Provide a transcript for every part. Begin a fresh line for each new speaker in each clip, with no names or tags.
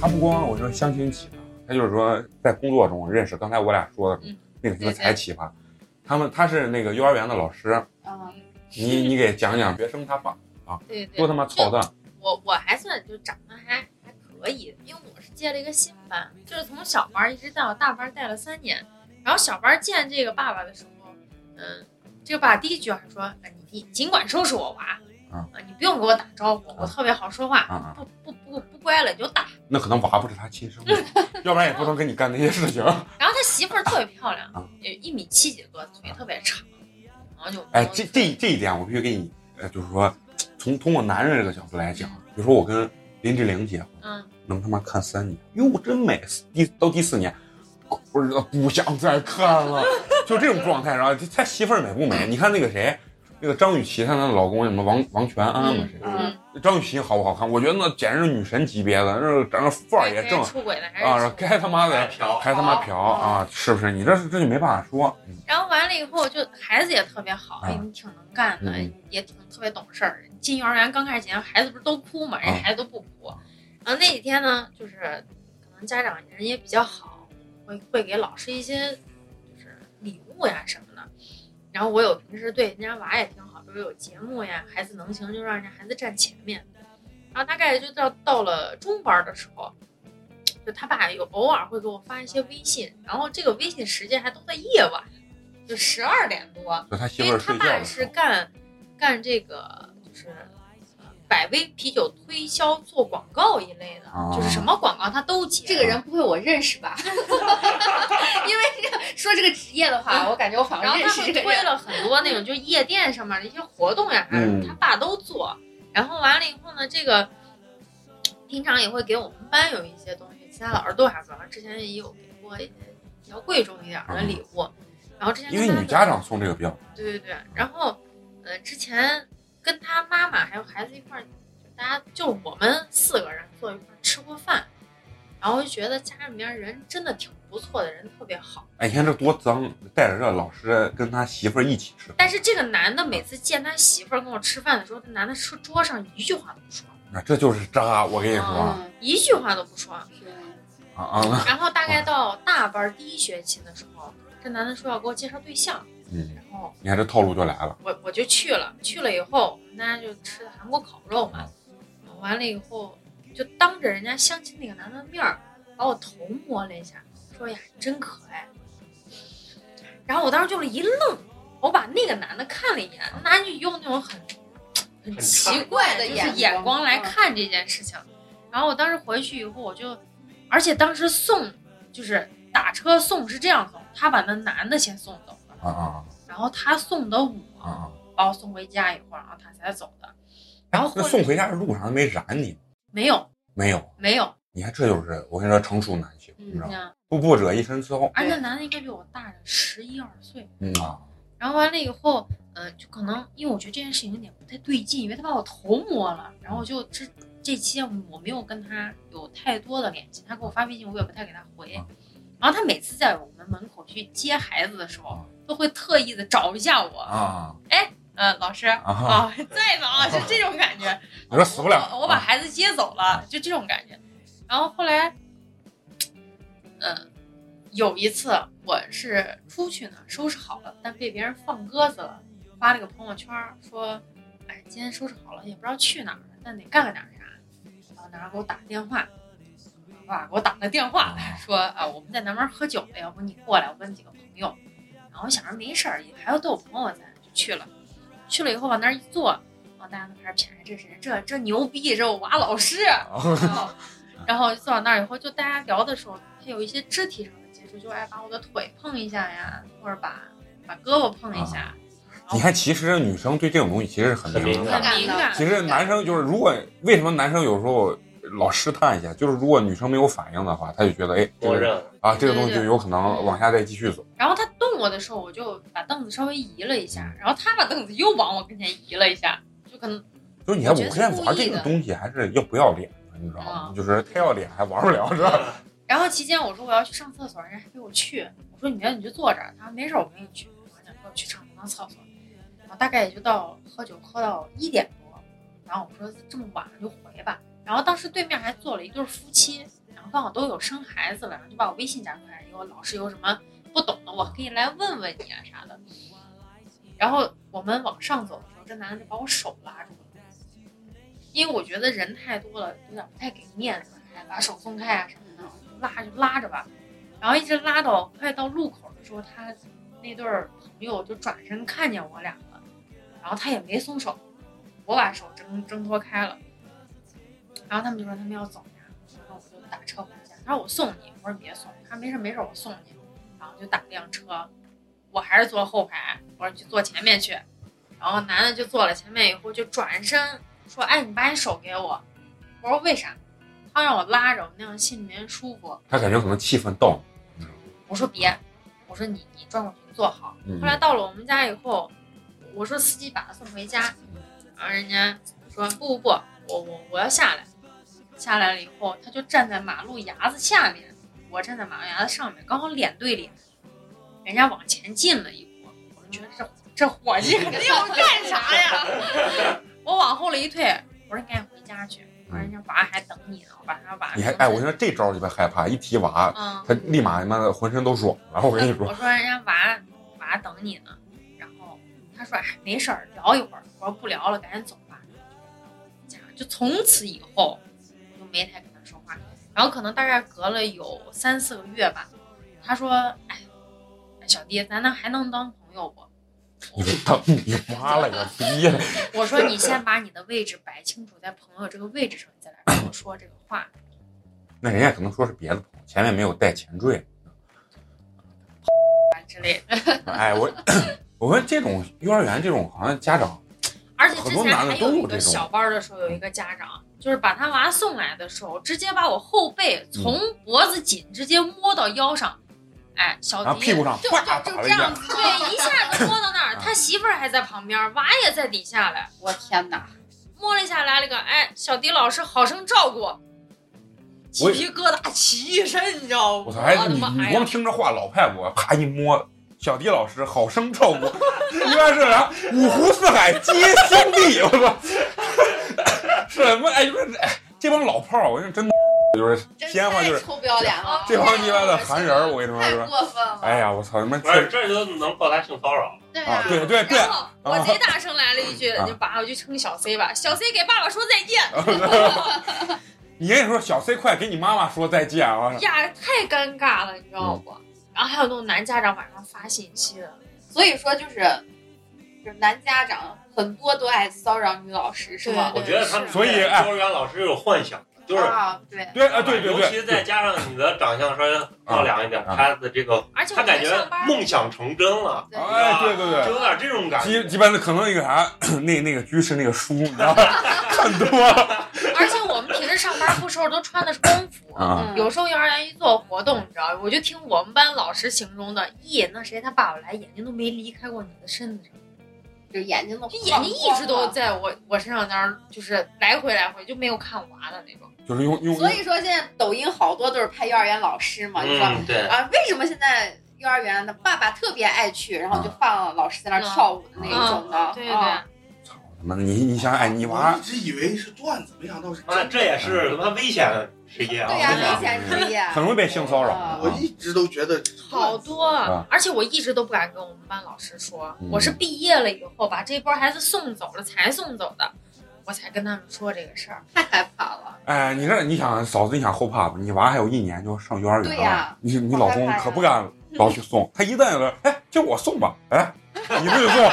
他不光我说相亲奇葩，他就是说在工作中认识。刚才我俩说的
嗯
那个什么
对对
才奇葩，他们他是那个幼儿园的老师，
啊，
你你给讲讲学生他爸
对对
多他妈操蛋，
我我还算就长得还还可以，因为我是接了一个新班，就是从小班一直带我大班带了三年。然后小班见这个爸爸的时候，嗯，这个爸第一句话说：“啊，你你尽管收拾我娃，
啊
你不用给我打招呼，我特别好说话，
啊
不不不不乖了你就打。
那可能娃不是他亲 生的，要不然也不能跟你干那些事情。”
然后他媳妇儿特别漂亮
啊，
也一米七几个，腿特别长，然后就
哎，这这这一点我必须给你，呃，就是说，从通过男人这个角度来讲，比如说我跟林志玲结婚，
嗯，
能他妈看三年，哟，真美，第到第四年，不知道不想再看了，就这种状态。然后他媳妇儿美不美？你看那个谁，那个张雨绮，她那老公什么王王全安嘛，谁？
嗯，
张雨绮好不好看？我觉得那简直是女神级别的，那长得范儿也
该
正
该出轨了还是
啊
出，轨
该他妈的
嫖
还他妈嫖啊，是不是？你这这就没办法说，嗯
然后完了以后，就孩子也特别好，
啊
哎，你挺能干的，
嗯
也挺特别懂事儿。进幼儿园刚开始前，孩子不是都哭嘛，人家
啊
孩子都不哭。然后那几天呢，就是可能家长人也比较好，会会给老师一些就是礼物呀什么的。然后我有平时对人家娃也挺好，比如有节目呀，孩子能行就让人家孩子站前面。然后大概就到到了中班的时候，就他爸有偶尔会给我发一些微信，然后这个微信时间还都在夜晚，就十二点多，
就他媳
因
妇
为
儿睡觉啊的
他爸
时
是
候。
干干这个就是呃百威啤酒推销做广告一类的，
啊
就是什么广告他都接。
这个人不会我认识吧？因为这个说这个职业的话，我感觉我好
然
像
后
认
他
识
会
这个
推
人。
了很多那种就夜店上面的一些活动呀，
嗯
他爸都做。然后完了以后呢，这个平常也会给我们班有一些东西，其他老师都还做。然后之前也有给过一些比较贵重一点的礼物。然后之前
哦因
跟
为
他
女家长送这个比较多，
对对对，然后，呃，之前跟他妈妈还有孩子一块儿，就大家就我们四个人坐一块儿吃过饭，然后就觉得家里面人真的挺不错的，人特别好。
哎，你看这多脏！带着这老师跟他媳妇儿一起吃，
但是这个男的每次见他媳妇儿跟我吃饭的时候，这男的是桌上一句话都不说，
那、这就是渣！我跟你说啊
嗯，
一句话都不说。
啊啊！
然后大概到大班第一学期的时候，这男的说要给我介绍对象，
嗯，
然后
你看这套路就来了，
我我就去了，去了以后，我们大家就吃韩国烤肉嘛，完了以后就当着人家相亲那个男的面儿，把我头摸了一下，说哎呀你真可爱。然后我当时就是一愣，我把那个男的看了一眼，那男的就用那种很很奇怪的就是眼光嗯来看这件事情。然后我当时回去以后，我就，而且当时送就是打车送是这样送，他把那男的先送走了，
啊啊
然后他送的我。
啊啊！
把我送回家以后，然后他才走的。
然
后
那送回家的路上他没燃你吗
没有，
没有？
没有，
你看这就是我跟你说成熟男性，
嗯
你知道
你
吗？
看，
步步者一身骚，
而啊那
对
男的应该比我大着十一二岁。
嗯啊，
然后完了以后，呃，就可能因为我觉得这件事情有点不太对劲，因为他把我头摸了，然后我就这这期间我没有跟他有太多的联系，他给我发微信我也不太给他回
嗯。
然后他每次在我们门口去接孩子的时候
嗯，
都会特意的找一下我，
啊
呃，老师
啊啊！
啊，再走 啊，就这种感觉。
你说死不了，
哦
啊
我我把孩子接走了，就这种感觉。然后后来，嗯，有一次我是出去呢，收拾好了，但被别人放鸽子了，发了个朋友圈儿说，哎，今天收拾好了，也不知道去哪儿了，但得干点啥。然后男孩给我打个电话，我爸给我打个电话说啊，我们在南门喝酒了，要不你过来，我跟几个朋友。然后我想着没事儿，也还有都有朋友在，就去了。去了以后往那儿一坐，然后大家都开始谝这是谁这这牛逼，这我娃老师。
啊
然后然后坐到那儿以后，就大家聊的时候，他有一些肢体上的接触，就爱把我的腿碰一下呀，或者把把胳膊碰一下。
你看，其实女生对这种东西其实是很敏
很敏
感
感
的。
很敏感
其实男生就是，如果为什么男生有时候老试探一下，就是如果女生没有反应的话，他就觉得哎，这
默
个
认了
啊这个东西
对
就
对
有可能往下再继续走。
然后他动我的时候，我就把凳子稍微移了一下，然后他把凳子又往我跟前移了一下，就可能
就是你看
我觉
五
得
科线玩
是
这
故意
个
的
东西还是要不要脸的，你知道吗？
啊
就是太要脸还玩不了，是吧？
然后期间我说我要去上厕所，人家还陪我去。我说你要你就坐这儿，他说没事儿我陪你去。我想陪我去上趟厕所，然后大概也就到喝酒喝到一点多，然后我说这么晚了就回吧。然后当时对面还坐了一对夫妻，然后刚好都有生孩子了，然后就把我微信加过来，给我老是有什么不懂的我可以来问问你啊啥的。然后我们往上走的时候，这男的就把我手拉住了，因为我觉得人太多了，有点不太给面子，还把手松开啊什么的，拉就拉着吧，然后一直拉到快到路口的时候，他那对儿朋友就转身看见我俩了，然后他也没松手，我把手挣挣脱开了，然后他们就说他们要走呀，然后我就打车回家，他说我送你，我说别送，他说没事没事我送你，然后就打辆车，我还是坐后排，我说你去坐前面去，然后男的就坐了前面以后就转身说，哎你把你手给我，我说为啥？他让我拉着，我那样心里面舒服。
他感觉可能气氛到了，
我说别，我说你你转过去你坐好。
嗯
后来到了我们家以后，我说司机把他送回家，
嗯
然后人家说不不不，我我我要下来。下来了以后，他就站在马路牙子下面，我站在马路牙子上面，刚好脸对脸，人家往前进了一步，我就觉得这这伙计肯定要 干啥呀？我往后了一退，我说你赶紧回家去，我说人家娃还等你呢，我把他娃
嗯你还哎，我跟你说这招儿就别害怕，一提娃，
嗯，
他立马他妈的浑身都爽了。我跟你说
我，说人家娃娃等你呢，然后他说哎没事儿，聊一会儿。我说不聊了，赶紧走吧。这样就从此以后我就没太跟他说话。然后可能大概隔了有三四个月吧，他说哎哎小弟，咱能还能当朋友不？
你说他你妈了个逼！
我说你先把你的位置摆清楚，在朋友这个位置上，你再来跟我说这个话。
那人家可能说是别的朋友，前面没有带前缀。
啊
之类的，
哎，我 我问这种幼儿园这种好像家长
而且之
很多
前
男的
还
都有
有一
这
个
种
小班儿的时候，有一个家长就是把他娃送来的时候，直接把我后背
嗯
从脖子紧直接摸到腰上，哎，小
然后
迪
啊屁股上
哦就
啪
就
打
就
了
这
一
样
下，
子。
对，一下就摸到那儿，
啊
他媳妇儿还在旁边，娃也在底下嘞，
我天哪！
摸了一下来了个，哎，小迪老师好生照顾，鸡
我也
皮疙瘩起一身，你知道吗？
我操！哎，
哦
的
你
妈
你光
呀！
听这话老派我，啪一摸，小迪老师好生照顾，一般是啥？五湖四海皆兄弟，我操！什么？哎，就是哎，这帮老炮儿，我跟你说真就是天花就是
臭不要脸了，
这帮鸡巴
哦
的韩人儿，我跟你说
太
是吧？
过分了。
哎呀，我操！他妈
不是这就能报他性骚扰，
对
啊
啊，，
对对对
然，后我贼大声来了一句
啊，
就把我就称小 C 吧，小 C 给爸爸说再见。
你跟你说小 C 快给你妈妈说再见啊！我操
呀，太尴尬了，你知道不？然后还有那种男家长晚上发信息的，
所以说就是，就是男家长很多都爱骚扰女老师，是吗？
我
对
觉得他们
所以
对
哎
幼儿园老师有幻想，就是。
啊，对，
对啊，对对
尤其
对，
再加上你的长相稍微漂亮一点，
啊
他的这个
而且我
他感
们
觉
上班
梦想成真了，
对
哎，对对对
就。有点这种感
基
觉。
基本的可能那个啥，那那个居士那个书，你知道吧？看多了
而且我们平时上班不时候都穿的是工服。
嗯
啊，
有时候幼儿园一做活动，你知道，我就听我们班老师形容的，咦，那谁他爸爸来，眼睛都没离开过你的身子上，
就眼睛都
就眼睛一直都在我 我身上那儿，就是来回来回就没有看娃的那种。
就是用用
所以说现在抖音好多都是拍幼儿园老师嘛，你知道吗
嗯，对，
啊？为什么现在幼儿园的爸爸特别爱去，然后就放老师在那儿
嗯
跳舞的那一种的？
对
啊
对，
操他妈的，你你想想，哎，你
我
娃
一直以为是段子，没想到是
妈，
真
这
的。
也是他妈危险职业啊！
对
我跟你
呀，危
讲
险职业。
很容易被性骚扰
啊
我一直都觉得
好多，
啊
而且我一直都不敢跟我们班老师说，
嗯
我是毕业了以后把这波孩子送走了才送走的，我才跟他们说这个事儿。
太害怕了。
哎，你这你想嫂子，你想后怕不？你娃还有一年就要上幼儿园了，
对呀
你你老公
好害怕呀
可不敢老去送，他一旦有人，哎，就我送吧，哎，你不许送，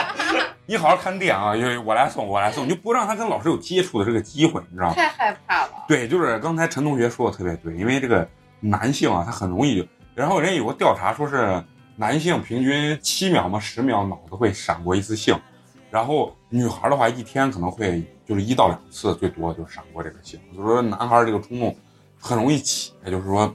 你好好看店啊，就我来送，我来送，你就不让他跟老师有接触的这个机会，你知道吗？
太害怕了。
对，就是刚才陈同学说的特别对，因为这个男性啊，他很容易就，然后人家有个调查说是男性平均七秒嘛十秒脑子会闪过一次性，然后女孩的话一天可能会就是一到两次最多就闪过这个星。所以说男孩儿这个冲动很容易起，就是说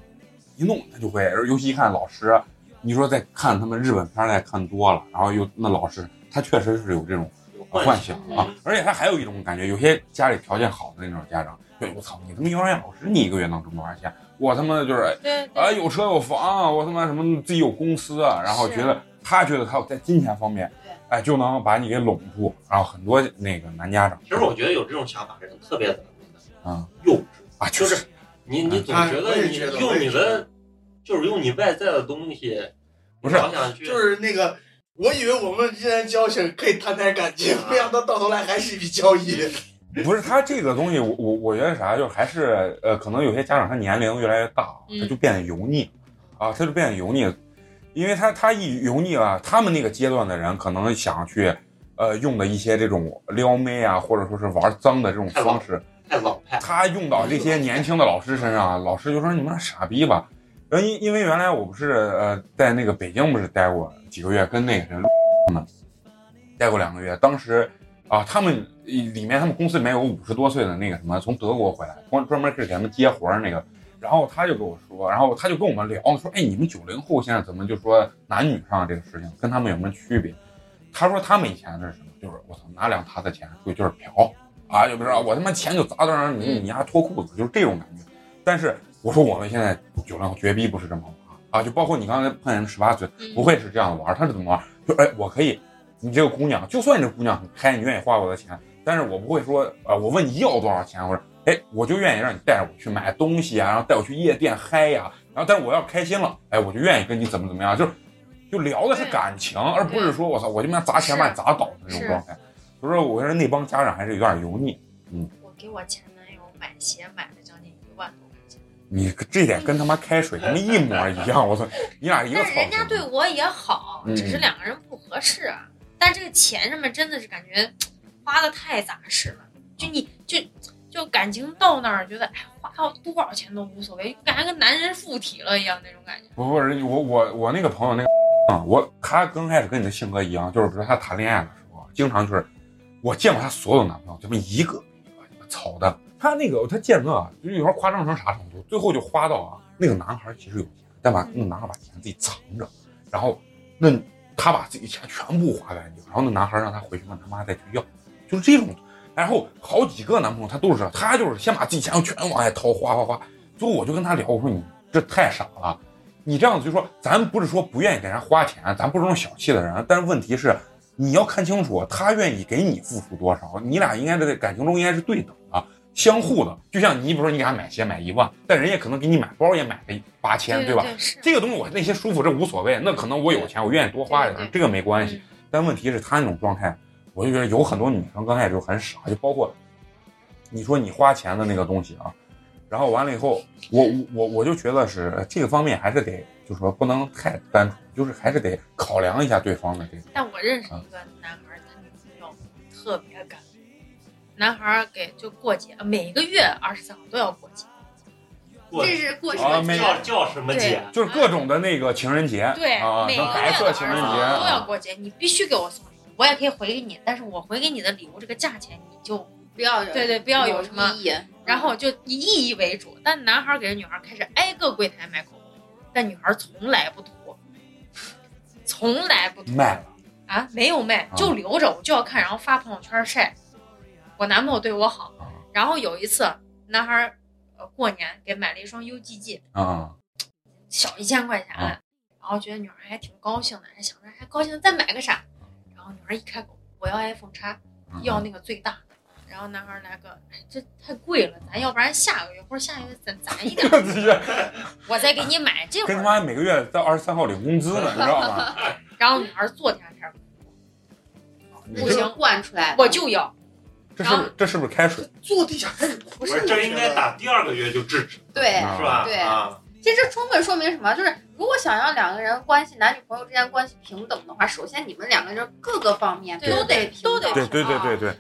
一弄他就会，尤其一看老师，你说再看他们日本片儿再看多了，然后又那老师他确实是有这种幻想
嗯
啊，
嗯
而且他还有一种感觉，有些家里条件好的那种家长，对我操，你他妈幼儿园老师，你一个月能挣多少钱？我他妈就是
对
啊，有车有房，我他妈什么自己有公司啊，然后
是
觉得他觉得他在金钱方面
对，
哎，就能把你给拢住。然后很多那个男家长，
其实我觉得有这种想法的人特别怎么说呢？
啊
幼稚。
啊，
就
就是是
你
啊
你总
哎
觉
我
得
也
你
觉得我
用
也
你
觉得
的，就是用你外在的东西，
不是
想想去，
就是那个，我以为我们之间交情可以谈谈感情，
啊
没想到到头来还是一笔交易。
嗯
不是他这个东西，我我我觉得啥，就是还是呃，可能有些家长他年龄越来越大，
嗯
他就变得油腻，啊，他就变得油腻，因为他他一油腻了，他们那个阶段的人可能想去。呃，用的一些这种撩妹啊，或者说是玩脏的这种
太老
方式，
太老派。
他用到这些年轻的老师身上啊，老师就说你们俩傻逼吧。然后因因为原来我不是呃在那个北京不是待过几个月，跟那个谁他们待过两个月，当时啊、他们里面他们公司里面有五十多岁的那个什么从德国回来，光专门给咱们接活儿那个。然后他就跟我说，然后他就跟我们聊说，哎，你们九零后现在怎么就说男女上这个事情跟他们有什么区别？他说他们以前是什么？就是我操，拿两沓子钱出去就是嫖啊，就比如说我他妈钱就砸到让你你丫脱裤子，就是这种感觉。但是我说我们现在九零后绝逼不是这么玩啊，就包括你刚才碰人十八岁，
嗯
不会是这样玩，他是怎么玩？就哎，我可以，你这个姑娘，就算你这姑娘很开，你愿意花我的钱，但是我不会说啊、我问你要多少钱，或者哎，我就愿意让你带着我去买东西啊，然后带我去夜店嗨呀、然后但是我要开心了，哎，我就愿意跟你怎么怎么样，就是就聊的是
对
感情，而不是说我操，我就妈砸钱把你砸倒的那种
是
状态。所以说，我觉得那帮家长还是有点油腻。
我给我前男友买鞋买了将近一万多块钱，
你这点跟他妈开水他妈一模一样，我操，你俩一个
但是
操
人家对
心。
我也好，
嗯
只是两个人不合适啊。但这个钱上面真的是感觉花的太杂实了，就你就就感情到那儿觉得哎花到多少钱都无所谓，感觉跟男人附体了一样那种感觉。
不不是我我我那个朋友那个啊，我他刚开始跟你的性格一样，就是比如他谈恋爱的时候，经常就是我见过他所有男朋友，他们一个一个他妈草的，他那个他见那就有点夸张成啥程度，最后就花到啊，那个男孩其实有钱，但把
嗯
那个男孩把钱自己藏着，然后那他把自己钱全部花干净，然后那男孩让他回去问他妈再去要，就是这种。然后好几个男朋友他都是这样，他就是先把自己钱全往外掏，花花花。最后我就跟他聊，我说你这太傻了，你这样子就说，咱不是说不愿意给人家花钱，咱不是那种小气的人，但是问题是你要看清楚，他愿意给你付出多少，你俩应该在感情中应该是对等的。相互的，就像你，比如说你给他买鞋买一万，但人家可能给你买包也买个八千，
对
吧？
对是。
这个东西我内心舒服，这无所谓。那可能我有钱，我愿意多花一
对嗯
点
对，
这个没关系。但问题是，他那种状态，我就觉得有很多女生刚开始就很傻，就包括你说你花钱的那个东西啊，然后完了以后，我我我我就觉得是呃这个方面还是得，就是说不能太单纯，就是还是得考量一下对方的这个。
但我认识
啊
一个男孩儿，他女朋友特别敢。男孩儿给就过节，每个月二十三号都要过节，
过
这是过什
啊
么
没
节？
哦叫叫什么姐？
就是各种的那个情人节，
对，
啊，
每
什
个
么
月
白
的
色
二
情
十
人
四
节
号都要
啊，
过节，你必须给我送礼物，我也可以回给你，但是我回给你的礼物这个价钱你就
不要有
对对，不
不
要有什么，
意义，
然后就以意义为主。但男孩给人女孩开始挨个柜台买口红，但女孩从来不涂，从来不涂
卖了，
啊，没有卖
啊，
就留着，我就要看，然后发朋友圈晒我男朋友对我好
啊。
然后有一次，男孩呃过年给买了一双 UGG，
啊
小一千块钱，
啊
然后觉得女孩还挺高兴的，还想着还高兴再买个啥，
啊
然后女孩一开口我要 iPhone 叉，
嗯
要 那个最大的，然后男孩来个哎这太贵了，咱要不然下个月或者下个月攒攒一点，
嗯直接
我再给你买。这会
跟他
儿，
妈每个月在二十三号领工资呢，你知道吗？
然后女孩坐下开始，
你
不
这
行惯出来的，
我就要，
这是这是不是开水？
坐地下开始
我
不
说
是
这应该打第二个月就制止，
对。
啊
是吧？
对
啊，
其实这充分说明什么？就是如果想让两个人关系，男女朋友之间关系平等的话，首先你们两个人各个方面
对
都得平等
都得
对对对对
哦
对，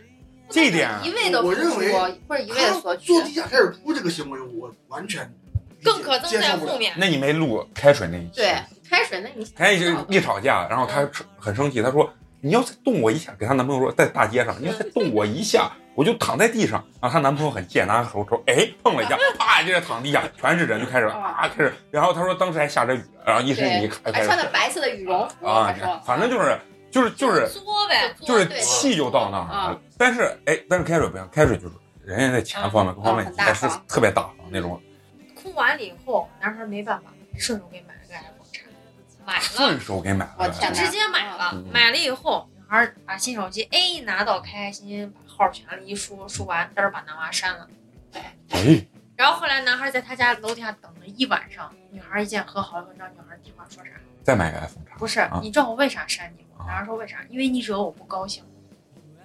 这一点啊
一味的付
我认为
出或者一味的索取
坐，地下开始哭这个行为，我完全理解
更可憎
接
在
受不
后
了。
面。
那你没录开水那一期？
对，嗯开水那你
他一直一吵架，然后他很生气，他说：“你要再动我一下，给她男朋友说，在大街上，你要再动我一下，我就躺在地上啊，她男朋友很贱，拿手肘哎碰了一下，啪，接着躺地下，全是人，就开始啊开始，然后她说当时还下着雨，然后一身泥哎开
还
始
穿的白色的羽绒服，
啊
他说，，
反正就是就是就是
作呗，
作
就是
对嗯
气就到那儿了。但是哎，但是开水不一样，开水就是人家在钱方面各方面
嗯很大
也是
方
特别大方那种，
哭完了以后，男孩没办法，顺手给买了个 iPhone 叉，买了，
顺手给买
我
了。
哦天哪
直接买了
嗯，
买了以后，女孩把新手机哎一拿到，开开心心把号全一输，输完嘚儿把男娃删了。
哎，
然后后来男孩在他家楼底下等了一晚上，女孩一见和好了，你知道女孩电话说啥？
再买个 iPhone 叉，
不是，你知道我为啥删你吗？
啊
男孩说为啥？因为你惹我不高兴。
八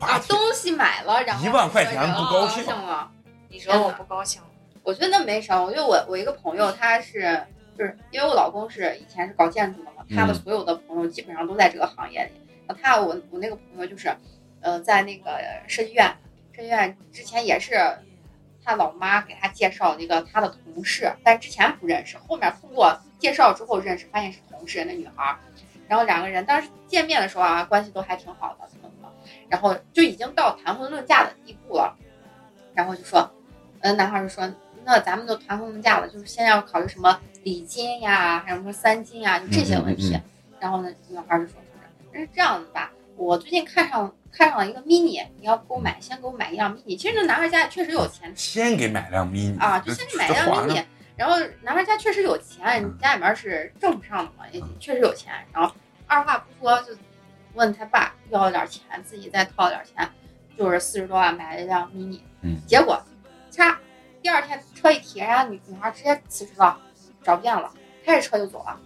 啊，
千
东西买了，然后
一万块钱不高兴
了。
你惹我不高兴了，
我觉得那没啥，我觉得我我一个朋友，他是就是因为我老公是以前是搞建筑的嘛，
嗯
他的所有的朋友基本上都在这个行业里。然后他我我那个朋友就是，呃，在那个设计院，设计院之前也是他老妈给他介绍了一个他的同事，但之前不认识，后面通过介绍之后认识，发现是同事那女孩儿。然后两个人当时见面的时候啊，关系都还挺好的，怎么怎么，然后就已经到谈婚论嫁的地步了。然后就说，嗯，男孩就说，那咱们都谈婚论嫁了，就是现在要考虑什么礼金呀，还有什么三金啊呀，就这些问题。
嗯嗯
然后呢，女孩就说，那是这样子吧，我最近看上看上了一个 mini，你要给我买，先给我买一辆 mini。其实这男孩家里确实有钱
先给买辆 mini
啊，就先去买
这
辆
划了
mini。然后男孩家确实有钱，
嗯
家里面是挣不上的嘛，也
嗯
确实有钱。然后二话不说就问他爸要了点钱，自己再掏了点钱，就是四十多万买了一辆 mini。
嗯
结果，嚓，第二天车一提，人家女女孩直接辞职了，找不见了，开着车就走了，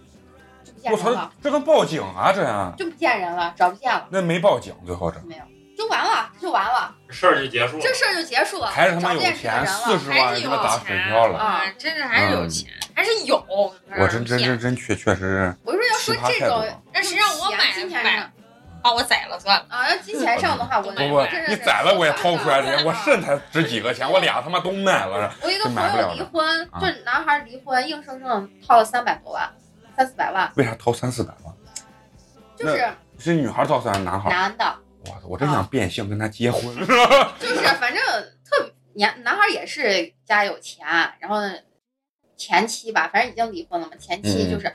就不见
我
人
操
了，，
这能报警啊？这样
就不见人了，找不见了，
那没报警，最后这
没有，就完了，就完了，
事儿就结束了。
这事儿就结束了，
还是他妈有
找不见这个
钱，
人
四
了。
十
还
万
是
他
有
妈打水
钱
漂了。
啊，真是还是有钱，还是有。
我真真真真确确实
我说要
是
说
奇葩
这
态
种
度。
但是让我买
金钱
买
上
把我宰了算了。
啊，要金钱上的话，我
不
哎
不
这，
你宰了我也掏出来
了。
了，我肾才值几个钱，我俩他妈都卖了。
我一个
真买
朋
不了
友
了
离婚，
啊
就是男孩离婚，硬生生掏了三百多万，三四百万，
为啥掏三四百万？
就是
是女孩造算还是男孩？
男的，
我操，我真
啊
想变性跟他结婚。
就是反正特别男男孩也是家有钱，然后呢前妻吧，反正已经离婚了嘛，前妻就是，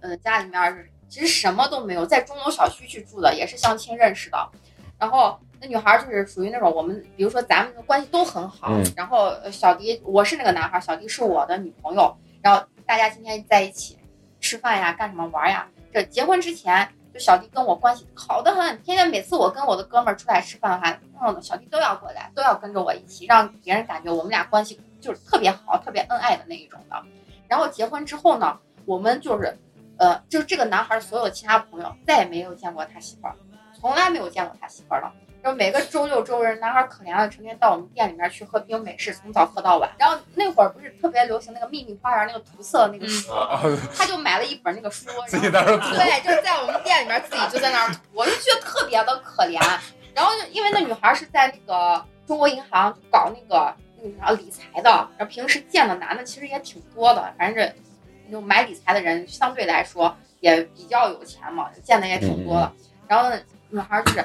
嗯
呃，家里面儿其实什么都没有，在钟楼小区去住的，也是相亲认识的，然后。那女孩儿就是属于那种我们，比如说咱们的关系都很好，
嗯
然后呃小迪我是那个男孩儿，小迪是我的女朋友，然后大家今天在一起吃饭呀，干什么玩呀？这结婚之前，就小弟跟我关系好得很，天天每次我跟我的哥们儿出来吃饭还，嗯，小弟都要过来，都要跟着我一起，让别人感觉我们俩关系就是特别好、特别恩爱的那一种的。然后结婚之后呢，我们就是，呃，就是这个男孩儿所有其他朋友再也没有见过他媳妇儿，从来没有见过他媳妇儿了。就每个周六周日，男孩儿可怜了，成天到我们店里面去喝冰美式，从早喝到晚。然后那会儿不是特别流行那个秘密花园那个涂色那个书吗，
啊
他就买了一本那个书，然后
自己在那儿涂
对，就是在我们店里面自己就在那儿涂，我就觉得特别的可怜。然后就因为那女孩是在那个中国银行搞那个那个啥理财的，然后平时见的男的其实也挺多的，反正这就买理财的人相对来说也比较有钱嘛，见的也挺多的。然后呢女孩就是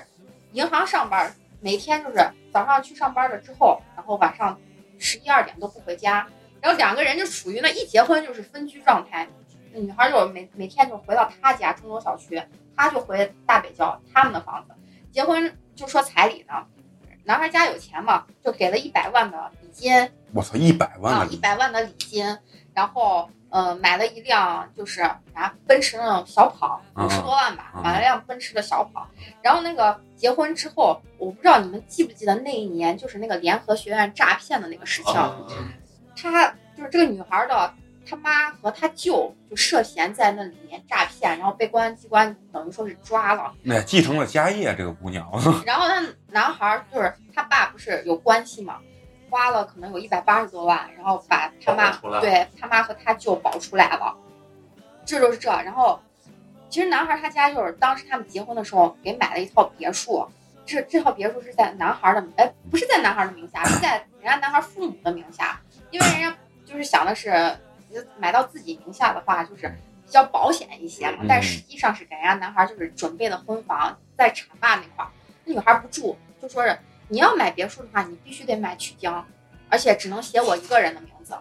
银行上班，每天就是早上去上班了之后，然后晚上十一二点都不回家，然后两个人就属于那一结婚就是分居状态。那女孩就每每天就回到她家中楼小区，她就回大北郊他们的房子。结婚就说彩礼呢，男孩家有钱嘛，就给了一百万的礼金
我操，一百万
啊，
了
一！百万的礼金，然后呃买了一辆就是啥奔驰那种小跑，
嗯
五十多万吧，
嗯
买了辆奔驰的小跑。然后那个结婚之后，我不知道你们记不记得那一年就是那个联合学院诈骗的那个事情，
啊
嗯
她就是这个女孩的她妈和她舅就涉嫌在那里面诈骗，然后被公安机关等于说是抓了。
那继承了家业，这个姑娘，
然后那男孩儿就是他爸不是有关系嘛，花了可能有一百八十多万，然后把他妈
保出来
对他妈和他舅保出来了，这就是这。然后其实男孩儿他家就是当时他们结婚的时候给买了一套别墅，这这套别墅是在男孩儿的哎不是在男孩儿的名下，是在人家男孩儿父母的名下，因为人家就是想的是就买到自己名下的话就是。比较保险一些嘛
嗯，
但实际上是给人家男孩儿就是准备的婚房，在浐灞那块儿。那女孩不住，就说是你要买别墅的话，你必须得买曲江，而且只能写我一个人的名字。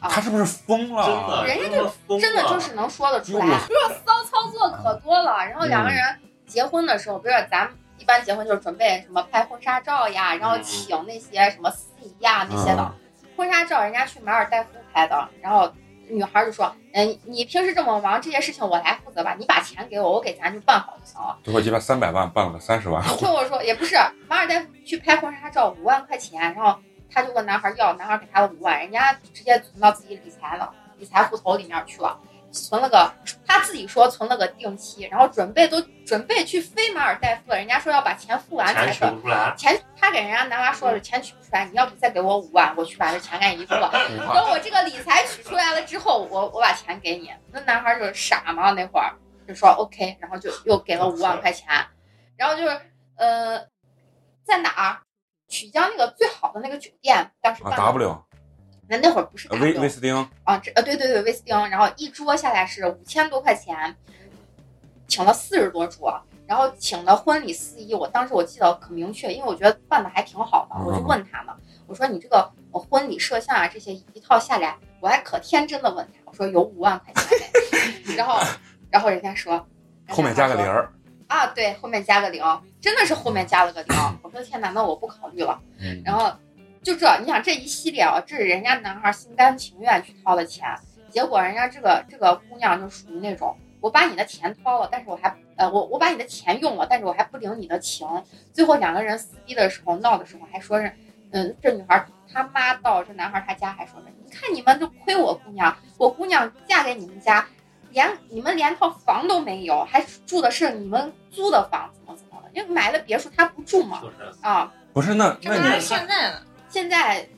啊
他是不是疯
真
了？
的，
人家
真的疯
真
啊
的
了嗯
就是能说得出来
哟。
不是骚操作可多了，然后两个人结婚的时候，不是咱们一般结婚就是准备什么拍婚纱照呀，
嗯
然后请那些什么司仪呀那些的。婚纱照人家去马尔代夫拍的，然后女孩就说：“嗯，你平时这么忙，这些事情我来负责吧，你把钱给我，我给咱就办好就行了。
最后鸡巴三百万办了三十”万，
你听我说，也不是马尔代夫去拍婚纱照五万块钱，然后他就问男孩要，男孩给他了五万，人家直接存到自己理财了，理财户头里面去了，存了个他自己说存了个定期，然后准备都准备去飞马尔代夫了，人家说要把钱付完才
钱取
成。
不出来，
钱他给人家男娃说了，钱取不出来，你要不再给我五万，我去把这钱给你付了。等我这个理财取出来了之后，我我把钱给你。那男孩就是傻嘛，那会儿就说 OK，然后就又给了五万块钱，然后就是呃，在哪儿？曲江那个最好的那个酒店，当时
啊
办的
，W
那那会儿不是
呃威
W
威斯汀，
啊，这呃对对对，威斯汀，然后一桌下来是五千多块钱，请了四十多桌，然后请的婚礼司仪，我当时我记得可明确，因为我觉得办的还挺好的，
嗯
我就问他们，我说你这个呃婚礼摄像啊这些一套下来，我还可天真的问他，我说有五万块钱没？ 然后然后人家说，
后面加个零
人家说
儿，
啊，对，后面加个零，真的是后面加了个零，我说天哪，那我不考虑了。
嗯，
然后就这，你想这一系列啊，这是人家男孩心甘情愿去掏的钱，结果人家这个这个姑娘就属于那种，我把你的钱掏了，但是我还呃我我把你的钱用了，但是我还不领你的情。最后两个人撕逼的时候闹的时候还说是，嗯，这女孩他妈到这男孩他家还说是，你看你们就亏我姑娘，我姑娘嫁给你们家。连你们连套房都没有，还住的是你们租的房，怎么怎么的？因为买了别墅他不住嘛，
就是
啊，
不是那
这
那
不
你
还是现在呢？
现在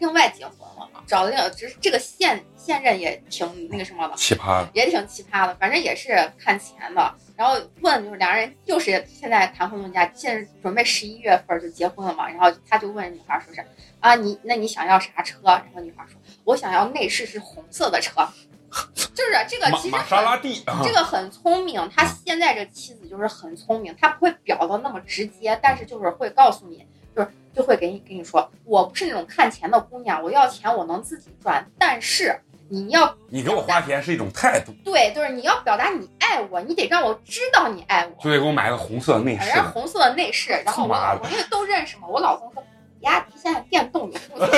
另外结婚了，找另只是这个现现任也挺那个什么的，
奇葩了，
也挺奇葩的，反正也是看钱的。然后问就是两人又是现在谈婚论嫁，现在准备十一月份就结婚了嘛。然后他就问女孩说是啊，你那你想要啥车？然后女孩说，我想要内饰是红色的车。 就是啊这个
玛
其实
玛莎
很
拉蒂啊
这，个很聪明，他现在这妻子就是很聪明，他不会表的那么直接，但是就是会告诉你，就是就会给你跟你说，我不是那种看钱的姑娘，我要钱我能自己赚，但是你要
你给我花钱是一种态度，
对，就是你要表达你爱我，你得让我知道你爱我，
就得给我买个红色的内
反
饰
正红色的内饰，然后我
妈的
我因为都认识嘛，我老公说，比亚迪现在电 动有付费，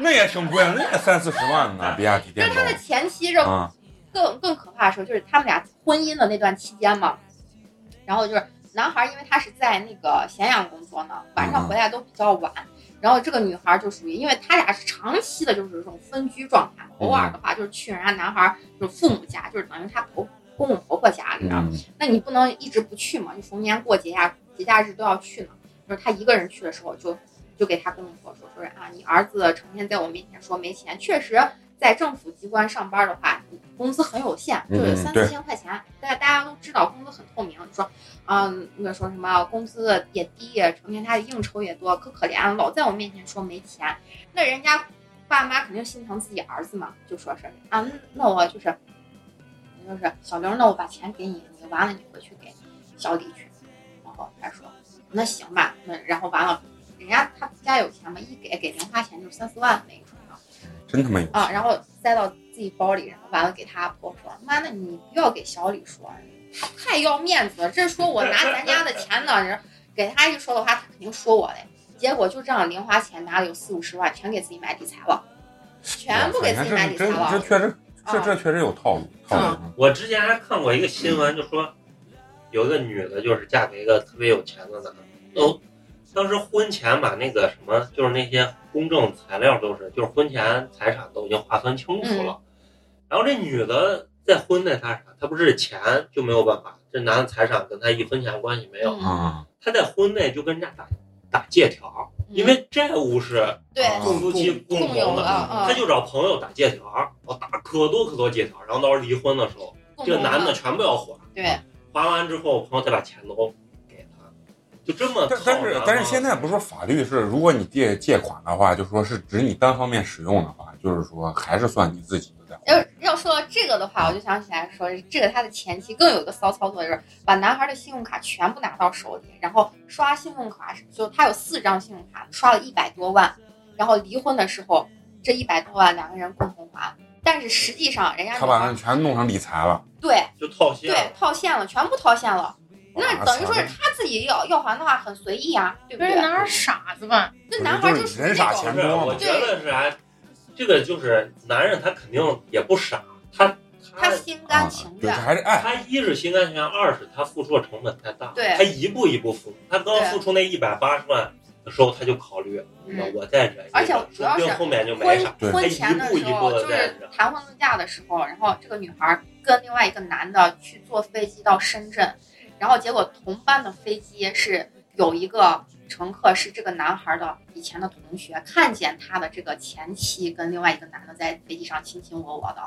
那也挺贵，那也三四十万呢，比亚迪
但
电
是他的
动
前妻这
啊，
更更可怕的时候，就是他们俩婚姻的那段期间嘛，然后就是男孩，因为他是在那个咸阳工作呢，晚上回来都比较晚，然后这个女孩就属于，因为他俩是长期的，就是这种分居状态，偶尔的话就是去人家男孩就是父母家，就是等于他婆公公婆婆家里边，
嗯，
那你不能一直不去嘛，你逢年过节呀、节假日都要去呢。就是他一个人去的时候就，就给他公公婆说说是啊，你儿子成天在我面前说没钱，确实在政府机关上班的话，你工资很有限，就
嗯
是三
对
四千块钱。大、大家都知道工资很透明，你说啊，那个说什么工资也低，成天他的应酬也多，可可怜了，啊老在我面前说没钱，那人家爸妈肯定心疼自己儿子嘛，就说是啊，那那我就是，就是小刘，那我把钱给你，你完了你回去给小李去。然后他说那行吧，那然后完了，人家他家有钱嘛，一给给零花钱就是三四万那一种啊
真他妈有，
啊，然后塞到自己包里，然后完了给他婆说，妈，那你不要给小李说，太要面子了，这说我拿咱家的钱呢，人给他一说的话，他肯定说我嘞。结果就这样零花钱拿了有四五十万，全给自己买理财了，全部给自己买
你
理财
看这
了
这这。确实，这
啊
这确实有套路，套路。嗯
我之前还看过一个新闻，就说有一个女的，就是嫁给一个特别有钱的男的，都当时婚前把那个什么，就是那些公证材料都是，就是婚前财产都已经划分清楚
嗯
了。然后这女的再婚再财产，她不是钱就没有办法，这男的财产跟她一分钱关系没有，
嗯，
啊，
她在婚内就跟人家打打借条，因为债务是
对
啊
夫妻共
嗯共有
同
了
的。
啊，
她就找朋友打借条，我打可多可多借条，然后到时候离婚的时候，
共
这个
同
男的
了
全部要还。
对
还完之后，朋友再把钱都给他，就这么
但但是但是现在不是说法律是，如果你借借款的话，就说是指你单方面使用的话，就是说还是算你自己的债家伙。
要要说到这个的话，我就想起来说，这个他的前妻更有一个骚操作，就是把男孩的信用卡全部拿到手里，然后刷信用卡，就他有四张信用卡，刷了一百多万，然后离婚的时候这一百多万两个人共同还，但是实际上人家
他把那全弄成理财了，
对
就套现
对套现了，全部套现了。那等于说是
哇
他自己要要还的话很随意啊，对不
不是
对？
哪有傻子吧？
那男孩
就是
属于
人傻
那种
钱
不是，我觉得是啥？这个就是男人，他肯定也不傻，他
他
他
心
啊
甘情
对，
愿，
还是哎爱，
他一是心甘情愿，二是他付出的成本太大，
对
他一步一步付出。他刚
对
付出那一百八十万的时候，他就考虑，那
嗯
我再忍一忍，
而且主
说
要
不定
是
后面就没啥。
婚
对
婚前的
一步一
时
步
候，
地
就
在
是谈婚论嫁的时候，然后这个女孩跟另外一个男的去坐飞机到深圳，然后结果同班的飞机是有一个乘客是这个男孩的以前的同学，看见他的这个前妻跟另外一个男的在飞机上卿卿我我的，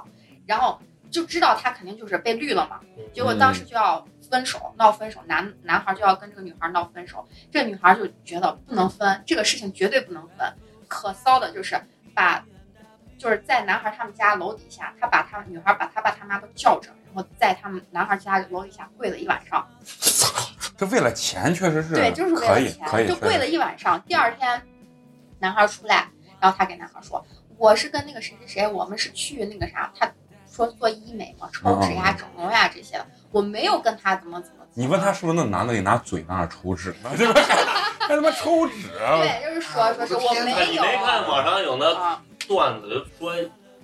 然后就知道他肯定就是被绿了嘛，结果当时就要分手，闹分手，男男孩就要跟这个女孩闹分手，这个女孩就觉得不能分，这个事情绝对不能分。可骚的就是把，就是在男孩他们家楼底下，他把他女孩把他爸他妈都叫着，然后在他们男孩家楼底下跪了一晚上。
这为了钱确实是，
对，就是为
可
了
以
钱，
可以，
就
可以
跪了一晚上。第二天，男孩出来，然后他给男孩说：“我是跟那个谁谁谁，我们是去那个啥，他说做医美嘛，抽
嗯
脂呀、整容呀这些的，我没有跟他怎么怎么。”
你问他是不是那男的得拿嘴在那儿抽纸呢？这不是 还他妈抽纸？啊
对，就是说说是我没
哎你
有
没看网上有那
啊，
段子说，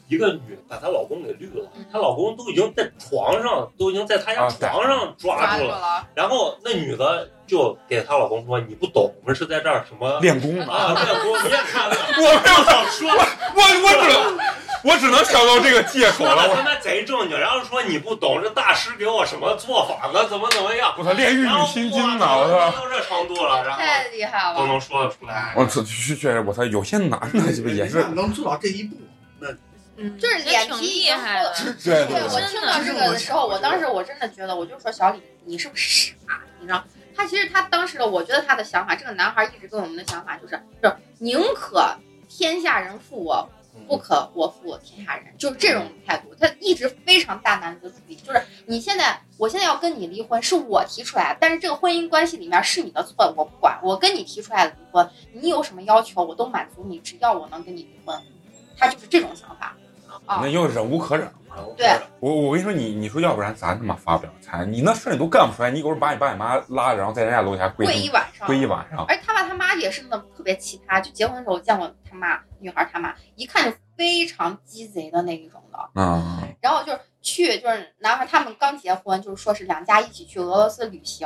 一个女的把她老公给绿了
嗯，
她老公都已经在床上，都已经在她家
啊对
床上抓
抓
住
住
了，
了，
然后那女的就给她老公说：“你不懂，我们是在这儿什么
练功呢？
啊？练功，你也看了，
我没有，
就想说
我我只能我只能想到这个借口
说
了。
的
我
他妈贼正经，然后说你不懂，这大师给我什么做法呢？怎么怎么样？
我操，炼狱
然后
与
哇
心经呢？我操！
都这程度了，然后
太厉害
都
了。
能说得出来。
我操，确实，我操，有些男的鸡巴啊也是，
能做到这一步，
嗯，
就是脸皮已经厚了
挺厉害
对
的
对我听到这个的时候，我当时我真的觉得，我就说小李，你是不是傻？你知道，他其实他当时的，我觉得他的想法，这个男孩一直跟我们的想法就是，就是宁可天下人负我，不可我负天下人，就是这种态度。他一直非常大男子主义，就是你现在，我现在要跟你离婚，是我提出来的，但是这个婚姻关系里面是你的错，我不管，我跟你提出来离婚，你有什么要求我都满足你，只要我能跟你离婚，他就是这种想法。啊
那，又忍无可忍。
然后
对
我我跟你说，你你说要不然咱他妈发不了财，你那事儿你都干不出来，你给我把你爸你妈拉着，然后在人家楼下跪
跪一晚上，
跪一晚上，
而他爸他妈也是那种特别奇葩，就结婚的时候我见过他妈，女孩他妈，一看就非常鸡贼的那一种的。
嗯，
然后就是去，就是男孩他们刚结婚，就是说是两家一起去俄罗斯旅行，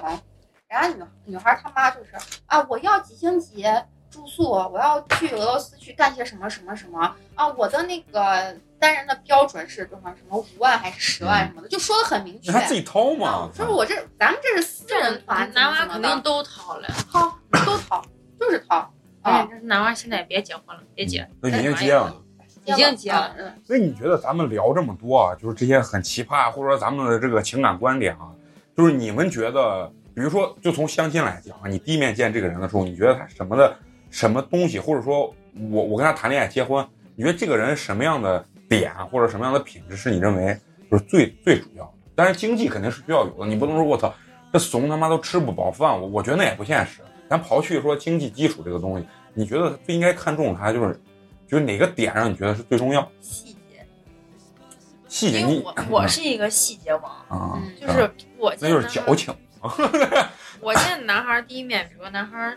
然后女女孩他妈就是啊，我要几星级住宿，我要去俄罗斯去干些什么什么什么啊，我的那个单人的标准是多少什么五万还是十万什么的，就说的很明确
那。他嗯自己掏嘛
啊，就是我这咱们这是私
这
人
种
团，
男娃
怎么怎
肯
么的
定都掏了。
掏都掏，就是掏
哎
啊，，
这男娃现在也别结婚了，别结，
那已经结了。
已经结了。
嗯，
所以你觉得咱们聊这么多啊，就是这些很奇葩，或者说咱们的这个情感观点啊，就是你们觉得，比如说，就从相亲来讲啊，你第一面见这个人的时候，你觉得他什么的什么东西，或者说我我跟他谈恋爱结婚，你觉得这个人什么样的点啊或者什么样的品质是你认为就是最最主要的？当然，经济肯定是需要有的，你不能说我操，这怂他妈都吃不饱饭，我我觉得那也不现实。咱刨去说经济基础这个东西，你觉得最应该看重他就是，就是哪个点让你觉得是最重要？
细节，
细节
因
你
为我我是一个细节王，
嗯啊，
嗯
就
吧
是我
那
见
就是
男孩
矫情，
我见男孩第一面，比如男孩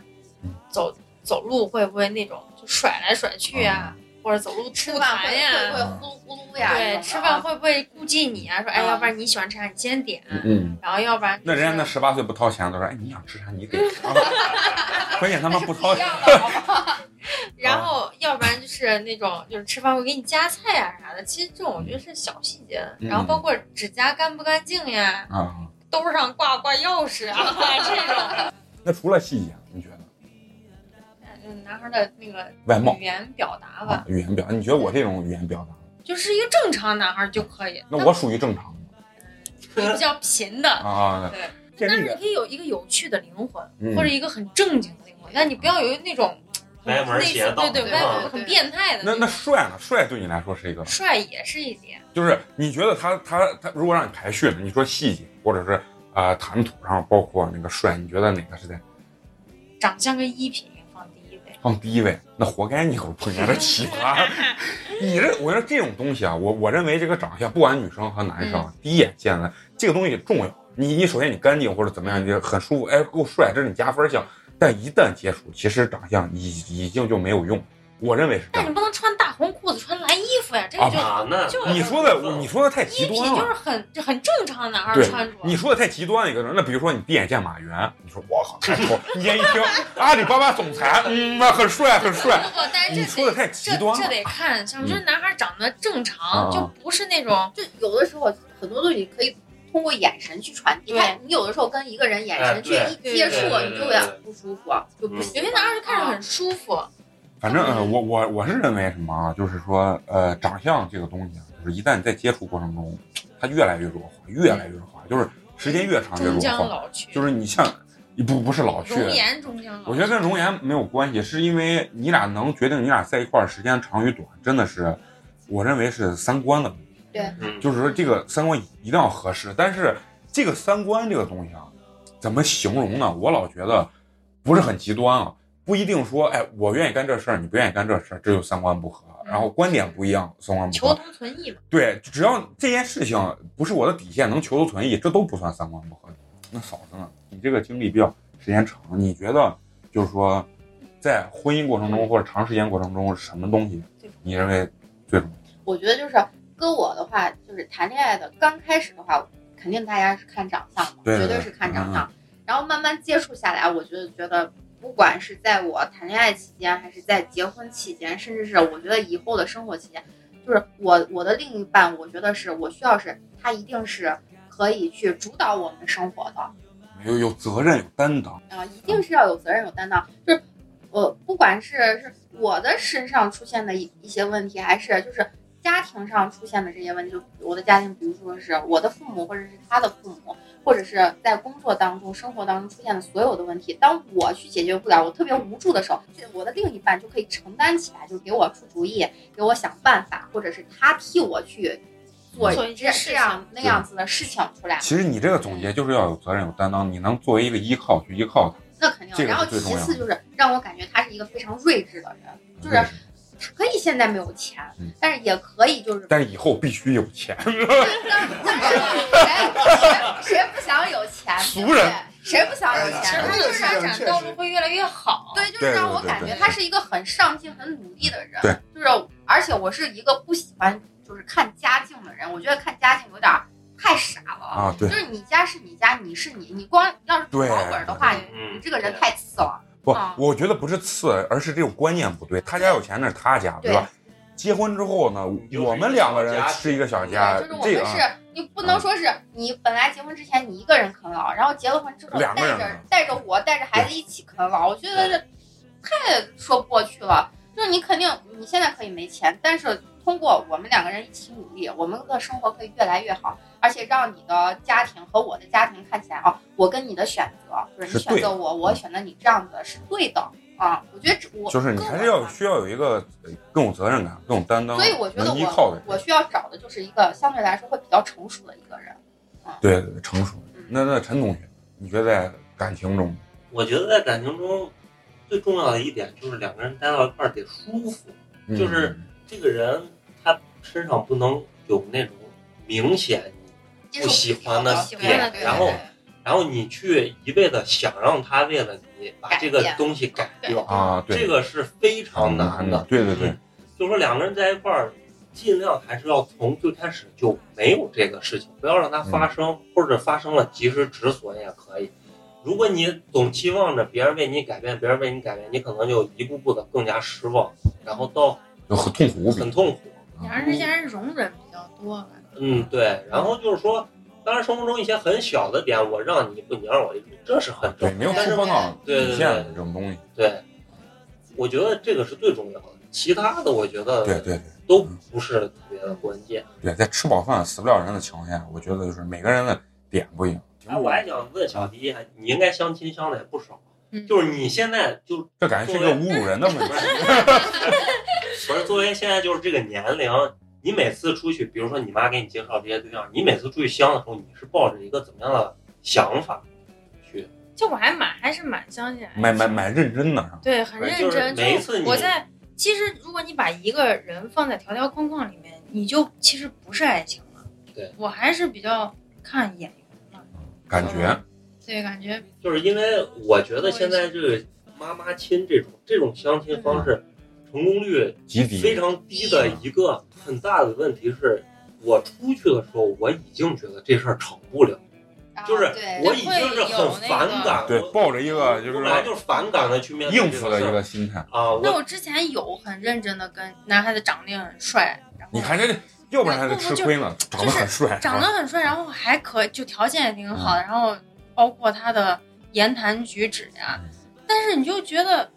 走走路会不会那种就甩来甩去呀，
哦
或者走路
吃
吐
饭会
痰
会
呀，
会呼噜呼噜呀，
对，吃饭
啊
会不啊会顾忌你啊？说哎，
嗯
要不然你喜欢吃啥，你先点，
嗯，
然后要不然
那人家那
就是
十八岁不掏钱的说，哎，你想吃啥你得尝， 关键他妈
那是
不
不
掏
一
钱，
样的，好不好？
然后
啊
要不然就是那种就是吃饭会给你夹菜呀、啥的，其实这种我觉得是小细节。
嗯
然后包括指甲干不干净呀，
啊。
兜上挂不挂钥 匙啊这种。
那除了细节，你觉得
嗯，男孩的那个
外貌
语言表
啊
达吧，，
语言表达，你觉得我这种语言表达，
就是一个正常男孩就可以。
那我属于正常的
那比较贫的，
啊？
对，
建
但
立
是你
的，
可以有一个有趣的灵魂，
嗯
或者一个很正经的灵魂，但你不要有那种
歪门
类
邪
似
道，
对对
吧
外国很变态的
那
种
那帅呢？帅对你来说是一个，
帅也是一节，
就是你觉得他他他，如果让你排序呢，你说细节或者是啊、呃谈吐，然后包括那个帅，你觉得哪个是在
长相跟衣品放第一位。
放第一位？那活该你口碰见了奇葩。你这我觉得这种东西啊，我我认为这个长相，不管女生和男生，啊
嗯
第一眼见的这个东西重要。你你首先你干净或者怎么样，你就很舒服，哎，够帅，这是你加分项。但一旦接触，其实长相已已经就没有用，我认为是这
但
样
你。不能穿大红裤子，穿蓝衣服呀，这个
啊
就
啊，那
就
你说的你说的太
衣
极
品
端
就是
了。
很就很正常的男孩
对
穿着。
你说的太极端了一个人，那比如说你第一眼见马云，你说我靠太丑，你 一听阿里巴巴总裁，嗯，那很帅很帅，
不不，呃但是
你
哎这
说的太极
这
端
这
了。
得看，像
嗯
就是男孩长得正
啊
常，就不是那种
就有的时候很多东西可以通过眼神去传递。
对
但你有的时候跟一个人眼
哎
神去
对
一接触，
对对对
你就会很不舒服，啊就不
嗯
喜
有
欢
些男孩就看着很舒服，
啊反正呃，我我我是认为什么啊，就是说呃，长相这个东西啊，就是一旦你在接触过程中，它越来越弱化，越来越弱化，就是时间越长越
终
弱
将
化，
老去，
就是你像不不是老去，
容颜终将老去。
我觉得跟容颜没有关系，是因为你俩能决定你俩在一块儿时间长与短，真的是，我认为是三观的问题，
嗯，
就是说这个三观一定要合适。但是这个三观这个东西啊，怎么形容呢？我老觉得不是很极端啊，不一定说，哎，我愿意干这事儿，你不愿意干这事儿，这就三观不合，然后观点不一样，三观不
嗯求
合。
同存异嘛，
对，只要这件事情不是我的底线，能求同存异，这都不算三观不合。那嫂子呢？你这个经历比较时间长，你觉得就是说，在婚姻过程中或者长时间过程中，什么东西
对
你认为最重要？
我觉得就是跟我的话，就是谈恋爱的刚开始的话，肯定大家是看长相嘛，
对
绝对是看长相。然后慢慢接触下来，我觉得觉得，不管是在我谈恋爱期间，还是在结婚期间，甚至是我觉得以后的生活期间，就是我我的另一半，我觉得是我需要是他一定是可以去主导我们生活的，
有有责任，有担当。
啊，一定是要有责任、有担当。就是我不管是是我的身上出现的一一些问题，还是就是家庭上出现的这些问题，就我的家庭，比如说是我的父母，或者是他的父母，或者是在工作当中、生活当中出现的所有的问题，当我去解决不了，我特别无助的时候，这我的另一半就可以承担起来，就给我出主意，给我想办法，或者是他替我去。做
做一
这
些事
这样那
对
样子的事情出来，
其实你这个总结就是要有责任，有担当，你能作为一个依靠去依靠他。
那肯定。
这个
然后
是最
其
重要
次
的
就是让我感觉他是一个非常睿智的人，就是他可以现在没有钱
嗯，
但是也可以就是，
但是以后必须有钱。
但是但是谁谁谁不想有钱？
俗
对不对
人，
谁不想有
哎呀
其
钱？
实他
这
就是
个事
让
情
展
确
道
实
路会越来越好。
啊
对，就是让我感觉他是一个很上进、很努力的人。
对，
就是而且我是一个不喜欢就是看家境的人，我觉得看家境有点儿太傻了。
啊，对
就，是你家是你家，你是你，你光要是
对
光棍的话，你
嗯
你这个人太次了。
不，
啊
我觉得不是次，而是这种观念不对。他家有钱那是他家，对
对
吧？结婚之后呢，
就是
我们两个人
小家
是一个小家，
对，就是我
这
们
个
是
啊，
你不能说是你本来结婚之前你一个人啃老，然后结了婚之后带
两个人
着
啃
带着我带着孩子一起啃老，我觉得这太说不过去了。就是你肯定你现在可以没钱，但是通过我们两个人一起努力，我们的生活可以越来越好，而且让你的家庭和我的家庭看起来哦，我跟你的选择就是你
是对嗯
选择我，我选择你这样子是对的啊。我觉得这我
就是你还是要需要有一个呃更有责任感、更有担当，
所以我觉得
能依靠的
我
人，
我需要找的就是一个相对来说会比较成熟的一个人。
对对对成熟
嗯。
那那陈同学，你觉得在感情中，
我觉得在感情中最重要的一点就是两个人待到一块儿得舒服。
嗯
就是这个人他身上不能有那种明显，
接
不
受
喜欢
的
的
点
对对
然后
对
然后你去一味的想让他为了你把
改
这个
变
东西改
对
掉，
啊，对，
这个是非常难的
嗯。对对对
嗯，就说两个人在一块儿，尽量还是要从最开始就没有这个事情，不要让它发生，
嗯
或者发生了及时止损也可以。如果你总期望着别人为你改变，别人为你改变，你可能就一步步的更加失望，然后到
就很痛苦无比
很。痛苦。
两人之间容忍比较多吧。
嗯，对。然后就是说，当然生活中一些很小的点，我让你一步，你让我一步，这是很
对，
正常。
没有触碰到
对对对
底线的这种东西。
对，我觉得这个是最重要的，其他的我觉得
对对对
都不是特别的关键。
对，在吃饱饭死不了人的情况下，我觉得就是每个人的点不一样。
哎，我还想问小迪，你应该相亲相的也不少，
嗯
就是你现在就
这感觉是个侮辱人的问题。
不是作为现在就是这个年龄，你每次出去，比如说你妈给你介绍这些对象，你每次出去相的时候，你是抱着一个怎么样的想法去？
就我还蛮还是蛮相信爱情
买买买认真的，啊
对，很认
就是
真。
每一次你
我在其实，如果你把一个人放在条条框框里面，你就其实不是爱情了。
对，
我还是比较看眼缘的，
感觉
嗯对，感觉
就是因为我觉得现在这个妈妈亲这种这种相亲方式，成功率
极低。
非
啊
常低的一个很大的问题是，我出去的时候我已经觉得这事儿成不了，就是
啊对
我已经是很反感，
对，抱着一个就
就是本来就是反感的去面对
应
这
付
个
的
事
一
儿
个心态。
啊，
那
我
我之前有很认真的跟男孩子长得也很帅，然后
你看这，要不然还得吃亏呢，长得很帅，啊
长得很帅，然后还可就条件也挺
嗯
好的，然后包括他的言谈举止呀、
嗯
但是你就觉得。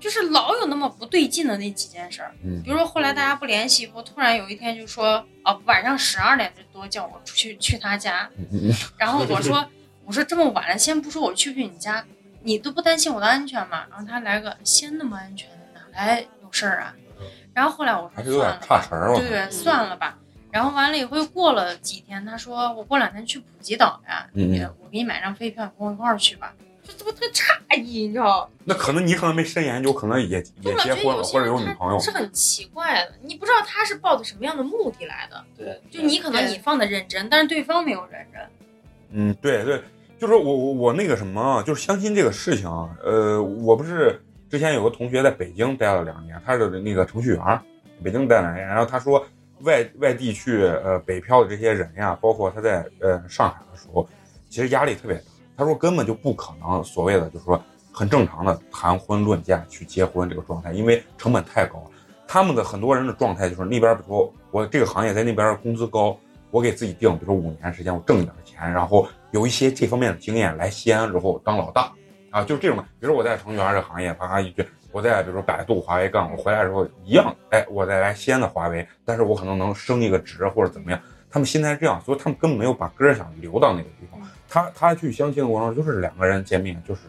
就是老有那么不对劲的那几件事儿，
嗯
比如说后来大家不联系以后，突然有一天就说，啊，晚上十二点多叫我出去去他家，
嗯
然后我 说，我说这么晚了，先不说我去不去你家，你都不担心我的安全吗？然后他来个先那么安全，哪来有事儿啊？然后后来我
嗯还
说
是有点
算了
差
吧，
词儿吧。嗯
对，算了吧。然后完了以后又过了几天，他说我过两天去普吉岛呀，
嗯嗯
也我给你买张飞票，跟我一块儿去吧。就这不特诧异，你知道？
那可能你可能没深研究，可能也
就
也
老
结
觉得
婚
有
了，
些
或者
人
有女朋友
他。是很奇怪的，你不知道他是抱着什么样的目的来的。
对，
就你可能
对
你放的认真，但是对方没有认真。
嗯，对对，就是我我我那个什么啊，就是相亲这个事情啊，呃，我不是之前有个同学在北京待了两年，他是那个程序员儿，北京待了两年，然后他说外外地去呃北漂的这些人呀，包括他在呃上海的时候，其实压力特别大。他说根本就不可能所谓的就是说很正常的谈婚论嫁去结婚这个状态，因为成本太高了。他们的很多人的状态就是那边，比如说我这个行业在那边工资高，我给自己定，比如说五年时间我挣一点钱，然后有一些这方面的经验来西安之后当老大啊，就是这种。比如说我在程序员这个行业，啪啪一句，我在比如说百度、华为干，我回来之后一样，哎，我再来西安的华为，但是我可能能升一个职或者怎么样。他们心态是这样，所以他们根本没有把根儿想留到那个地
嗯
方。他他去相亲的过程中，就是两个人见面就是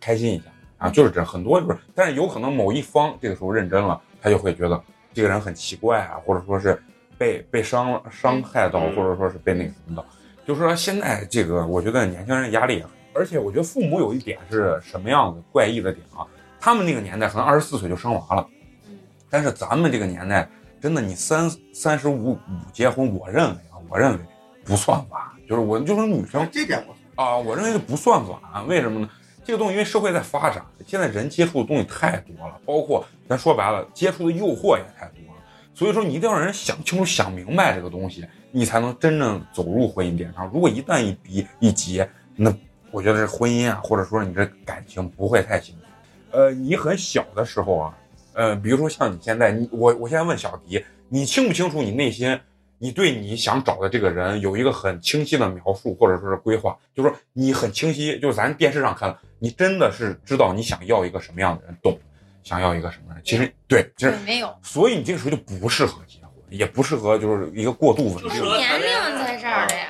开心一下
嗯
啊，就是这样很多就是，但是有可能某一方这个时候认真了，他就会觉得这个人很奇怪啊，或者说是被被伤了伤害到，
嗯
或者说是被那个什么的。就是说现在这个，我觉得年轻人压力也很，而且我觉得父母有一点是什么样子怪异的点啊？他们那个年代可能二十四岁就生娃了，
嗯
但是咱们这个年代，真的你三三十五五结婚，我认为啊，我认为不算晚，就是我就是女生
这点我
啊，我认为不算晚，为什么呢？这个东西因为社会在发展，现在人接触的东西太多了，包括咱说白了，接触的诱惑也太多了，所以说你一定要让人想清楚、想明白这个东西，你才能真正走入婚姻殿堂。如果一旦一逼一结，那我觉得这婚姻啊，或者说你这感情不会太幸福。呃，你很小的时候啊，呃，比如说像你现在，你我我现在问小迪，呃你清不清楚你内心你对你想找的这个人有一个很清晰的描述，或者说是规划，就是说你很清晰，就是咱电视上看，你真的是知道你想要一个什么样的人，懂想要一个什么人。其实对，其
对
实，
没有。
所以你这个时候就不适合结婚，也不适合就是一个过度稳
就
定
适
的。
合谈
年
恋爱
龄在这儿的呀。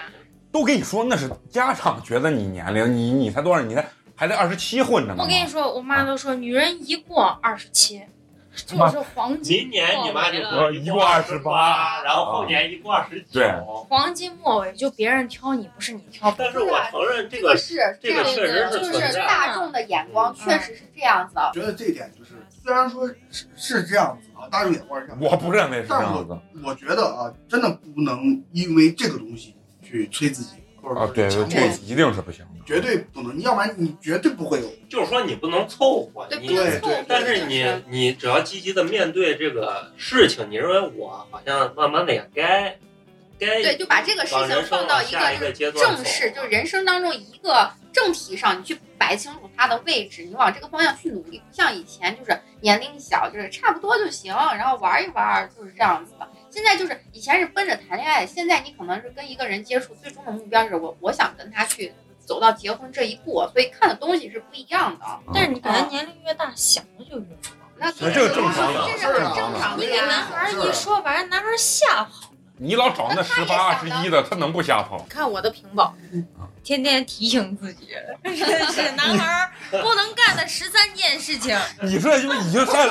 都跟你说那是家长觉得你年龄，你你才多少，你才还在二十七混着呢。
我跟你说，我妈都说，女人一过二十七，
他
就
妈
是黄金
明年你妈就
我一过二十八
八，然后后年一过二十九
啊对。
黄金末尾，就别人挑你，不是你挑别人。
但是我承认这
这
个
个是
这个确实是
就
存在
是
的嗯
大众的眼光确实是这样子。
觉得这一点就是，虽然说是是这样子啊，大众眼光是这样子，
我不认为是这样子
我觉得啊，真的不能因为这个东西去催自己，或者
啊
说，
对，
强迫
这
自己，
一定是不行的。
绝对不能，要不然你绝对不会有。
就是说你不能凑合，
对，
你
不能
对
错过。
但是你
就是
你只要积极的面对这个事情，你认为我好像慢慢的也该该
对，就把这个事
往人
情
生
放到
往下一
个
阶段
正式，
走
就是人生当中一个正题上，你去摆清楚它的位置，你往这个方向去努力。不像以前就是年龄小，就是差不多就行，然后玩一玩，就是这样子的。现在就是以前是奔着谈恋爱，现在你可能是跟一个人接触，最终的目标就是我我想跟他去走到结婚这一步，所以看的东西是不一样的。
嗯
但是你感觉年龄越大，想的就越多。
那
所以这个
肯定
正常的
这是很正常的
你
呀。
给男孩儿一说，把人男孩儿吓跑。
你老找那
那
十
他也
八、二
想
十
的
一的，他能不吓跑？
看我的屏保，天天提醒自己，是男孩儿
不能干的十三件事情，
你这就已经太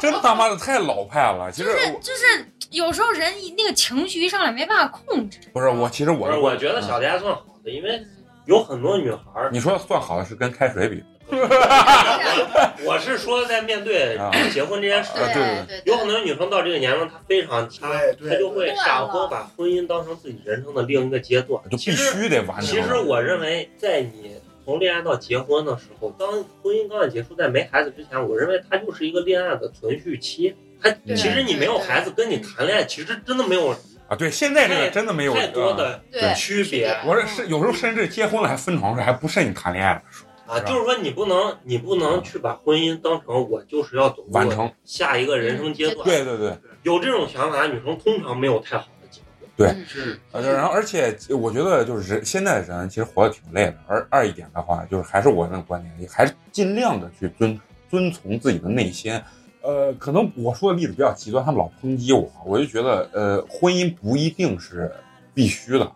真他妈的太老派了。其实
就是
我
就是有时候人一那个情绪一上来没办法控制，
不是我，其实
不
我嗯
是，我觉得小戴算好的，因为有很多女孩儿，
你说算好的是跟开水比
啊
我是说在面对
啊
结婚这件事，
啊对对
对对
有很多女生到这个年龄，她非常她
哎对
她就
对，
会闪婚，把婚姻当成自己人生的另一个阶段。
就
其
必
实
须得完成。
其实我认为，在你从恋爱到结婚的时候，当婚姻刚刚结束，在没孩子之前，我认为它就是一个恋爱的存续期。它
对
其实你没有孩子，跟你谈恋爱其实真的没有
啊，对，现在这个真的没有
太多
啊
的
对
区别啊
我这是有时候甚至结婚了还分床睡，还不慎你谈恋爱了，
啊，就是说你不能你不能去把婚姻当成我就是要走
嗯完
过
成。
下一个人生阶段。
对对对，
有这种想法，女生通常没有太好的结果。
是
啊，对然后而且我觉得就是人现在人其实活得挺累的，而二一点的话，就是还是我那个观点，也还是尽量的去遵遵从自己的内心。呃，可能我说的例子比较极端，他们老抨击我，我就觉得呃，婚姻不一定是必须的，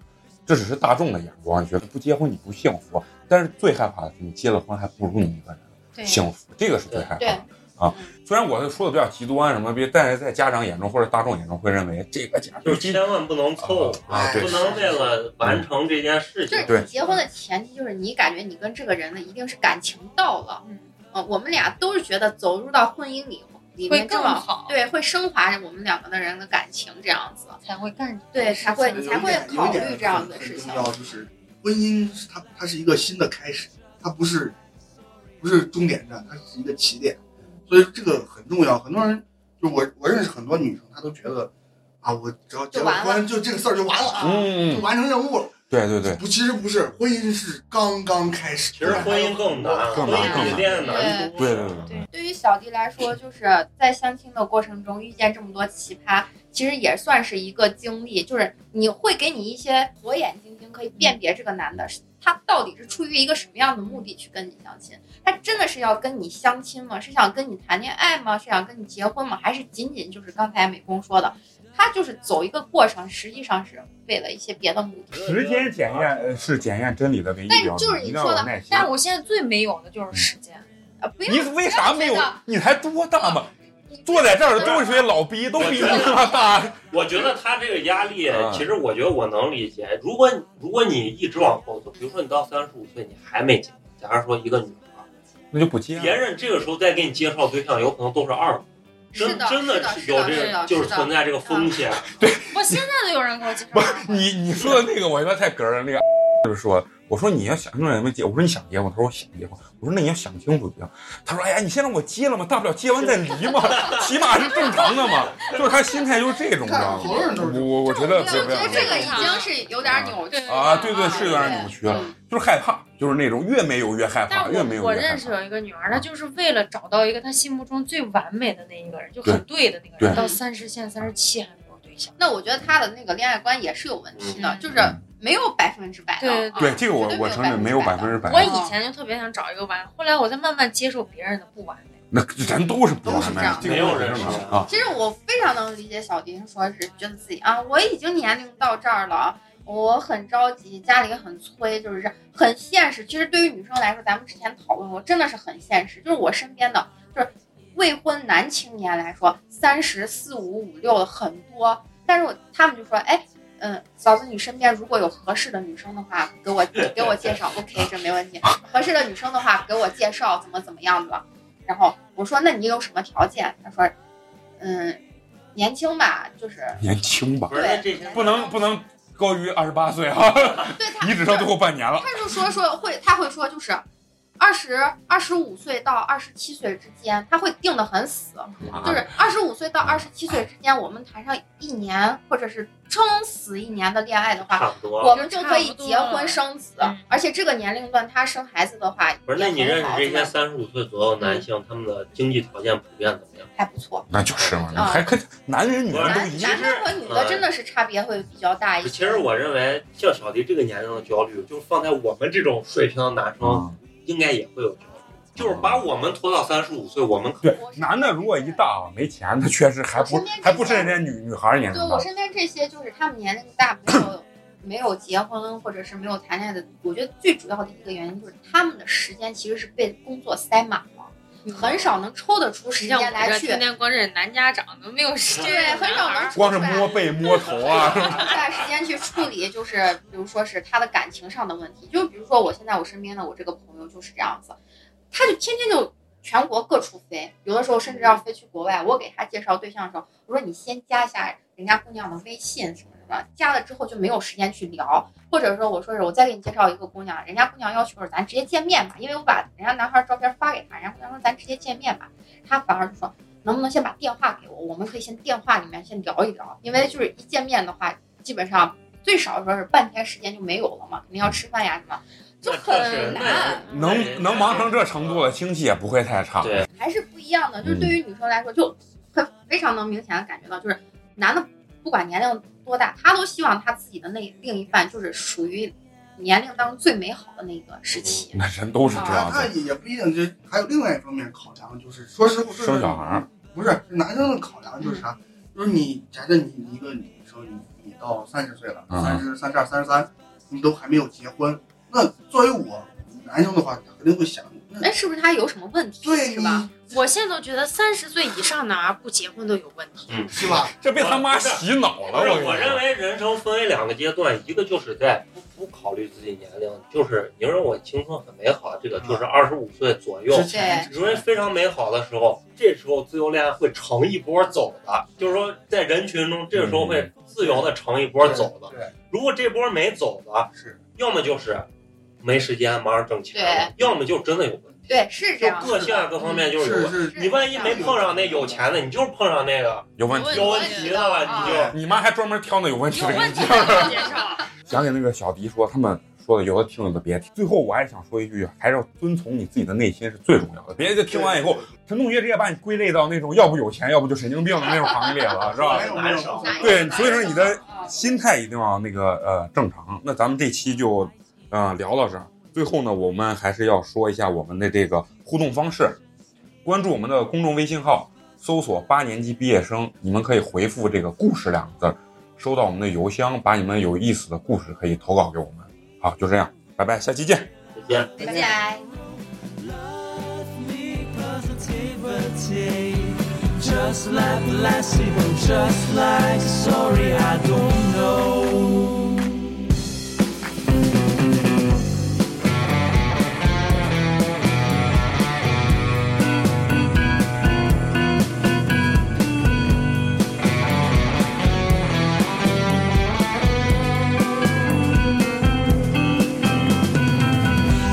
这只是大众的眼光，觉得不结婚你不幸福。但是最害怕的是你结了婚还不如你一个
对
人幸福，这个是最害怕
对
的。啊，虽然我说的比较极端什么，别，但是在家长眼中或者大众眼中会认为这个家就
就
是是
千万不能凑，
啊，对
不，能为了完成这件事情
就。是
对
你结婚的前提就是你感觉你跟这个人呢一定是感情到了，
嗯
呃，我们俩都是觉得走入到婚姻里里
会
面这
更
么
好，
对会升华我们两个的人的感情这样子，
才会干
对才会你才会
有
考
一点
虑这样的事情
很重。要就是婚姻是它它是一个新的开始，它不是不是终点站，它是一个起点，所以这个很重要。很多人就我我认识很多女生，她都觉得啊，我只要结
就
了
完了
婚就这个事儿就完了啊，
嗯
就，完成任务了。
对对对，
不，其实不是，婚姻是刚刚开始。
其实婚姻更难，
更
婚
难
姻比恋爱难多
对
了
对对对，
对于小弟来说，就是在相亲的过程中遇见这么多奇葩，其实也算是一个经历，就是你会给你一些火眼金睛，可以辨别这个男的是他到底是出于一个什么样的目的去跟你相亲，他真的是要跟你相亲吗？是想跟你谈恋爱吗？是想跟你结婚吗？还是仅仅就是刚才美工说的，他就是走一个过程，实际上是为了一些别的目的。
时间检验呃是检验真理的唯一标
但
准
就是，
一
你
定
说
要有
的
耐，心
但。我现在最没有的就是时间。
啊，不要
你为啥没有？你才多大嘛？坐在这儿的都是些老逼，都比你他妈大。
我觉得他这个压力
啊，
其实我觉得我能理解。如果如果你一直往后走，比如说你到三十五岁你还没结婚，假如说一个女孩，
那就不接
别人这个时候再给你介绍对象，有可能都是二婚，
是
真
的，
真
是的，
是
是
有
的，
这
是
个
的，
就是
是的
存在这个风险。
啊
我现在都有人给我介绍
嗯不
了
是，你你说的那个，我觉得太哏儿了。那个就是说，我说你要想清楚没结，我说你想结婚，他说我想结婚，我说那你要想清楚就行。他说哎呀，你先让我结了嘛，大不了结完再离嘛，起码是正常的嘛。就是他心态就是这种，你知
看
道吗？
好多人都是这
我
样
我我觉得
这
我
不
觉
要不
得
要
这个已
嗯
经是有点扭曲了
啊，对对，
啊
是有点扭曲了
嗯，
就是害怕，就是那种越没有越害怕，
但
越没
我
有
我
越害
认识
怕。
有一个女孩，她就是为了找到一个她心目中最完美的那一个人，就很对的那个
对
人，到三十现在三十七还没有对象。
那我觉得他的那个恋爱观也是有问题的，
嗯
就是没有百分之百的。
对
啊
对这个我我承认没有百分
之
之百，
我以前就特别想找一个完，后来我在慢慢接受别人的不完美。
那咱都是不完美，这个
都是
这样没有人
是
是
啊，
其实我非常能理解小丁说是觉得自己啊，我已经年龄到这儿了，我很着急，家里很催，就是很现实。其实对于女生来说，咱们之前讨论过，真的是很现实。就是我身边的，就是未婚男青年来说，三十四五五六的很多，但是我他们就说，哎。嗯，嫂子，你身边如果有合适的女生的话，给我给我介绍，OK，这没问题。合适的女生的话，给我介绍怎么怎么样的。然后我说，那你有什么条件？他说，嗯，年轻吧，就是
年轻吧，
不是
对
那这些
不能不能高于二十八岁啊，
对 他，
你只剩最后半年了。
他就说说会，他会说就是二十二十五岁到二十七岁之间，他会定的很死，
啊
啊
就是二十五岁到二十七岁之间，我们谈上一年或者是撑死一年的恋爱的话。
差不多。
我们就可以结婚生子
嗯，
而且这个年龄段他生孩子的话，
不是，那你
也
认
很好
识这些
对吧
三十五岁左右男性，他们的经济条件普遍怎么样？
还不错。
那就是嘛，
啊
还跟男人女人
男
都一样
男的和女的真的是差别会比较大一些。
呃其实我认为，像小迪这个年龄的焦虑，就是放在我们这种水平的男生，
嗯
应该也会有焦虑，就是把我们拖到三十五岁，我们可
对，男的如果一大没钱，他确实还不
我身边之前
还不是人家女女孩年
对
龄
我
大。
身边这些就是他们年龄大，没有没有结婚或者是没有谈恋爱的，我觉得最主要的一个原因就是他们的时间其实是被工作塞满了，很少能抽得出嗯时
像
间
我
来
这
去
天。天光是男家长都没有时间，
对，很少能抽
光是
出来
摸背摸头啊，
大时间去处理，就是比如说是他的感情上的问题，就比如说我现在我身边的我这个朋友就是这样子，他就天天就全国各处飞，有的时候甚至要飞去国外。我给他介绍对象的时候，我说你先加一下人家姑娘的微信什么什么，加了之后就没有时间去聊，或者说我说是我再给你介绍一个姑娘，人家姑娘要求是咱直接见面吧，因为我把人家男孩照片发给他，人家姑娘说咱直接见面吧，他反而就说。能不能先把电话给我？我们可以先电话里面先聊一聊，因为就是一见面的话，基本上最少说是半天时间就没有了嘛，肯定要吃饭呀什么，就
那这是
很
那
难，
能能忙成这程度了，经济也不会太差。
对
还是不一样的。就是对于女生来说，就会非常能明显的感觉到，就是男的不管年龄多大，他都希望他自己的那另一半就是属于年龄当中最美好的那个时期。
那人都是这
他
样
啊他
子，
也也不一定，就是还有另外一方面考量，就是说实话，说实话
生小孩儿
不是是男生的考量就
嗯
是啥，就是你假设你一个女生，你你到三十岁了，
嗯
三十三十二、三十三，你都还没有结婚，那作为我男生的话，肯定会想，那
那
哎
是不是他有什么问题？
对
是
你
吧？
我现在都觉得三十岁以上哪儿不结婚都有问题。
是吧？
这被他妈洗脑了。
不是，
跟
我
你
认
说，
为人生分为两个阶段，一个就是在不不考虑自己年龄，就是你认为我青春很美好，这个就是二十五岁左右
之，前
你认为非常美好的时候，这时候自由恋爱会成一波走的，就是说在人群中，这个时候会自由的成一波走的。
对，
如果这波没走的，
是
要么就是没时间马上挣钱了，要么就真的有问题，
对，是这
就
样的。
个性啊各方面就是有问
是
题。
是，
你万一没碰上那有钱的，你就是碰上那个
有问题。
有问题的了，你就。
你妈还专门挑那有问题
有
的人
问题
介绍，
讲给那个小迪说，他们说的有的听有的别听。最后我还是想说一句，还是要遵从你自己的内心是最重要的。别就听完以后，陈同学直接把你归类到那种要不有钱，要不就神经病的那种行列了，是吧
没？有没有没有，
对所以说你的
啊
心态一定要那个呃正常。那咱们这期就呃聊到这儿。最后呢，我们还是要说一下我们的这个互动方式，关注我们的公众微信号，搜索“八年级毕业生”，你们可以回复这个“故事”两个字儿，收到我们的邮箱，把你们有意思的故事可以投稿给我们。好，就这样，拜拜，下期见。
再见。
再见。
Love me positivity. Just like Lassie, no, just like sorry, I don't know.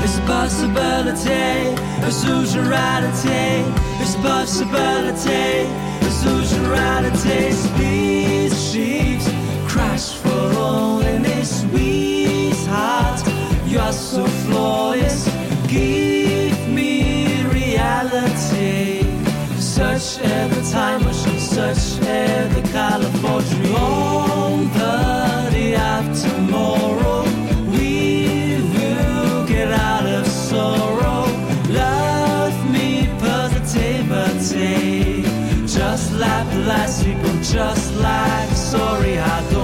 It's a possibility, it's usuality, it's a possibility, it's usuality. Species, crash for loneliness, sweetheart, you are so flawless. Give me reality. Search every time machine, search every color for dream. On the day after tomorrow, we will get out of sorrow. Love me positivity, just like the last people, just like sorry I don't.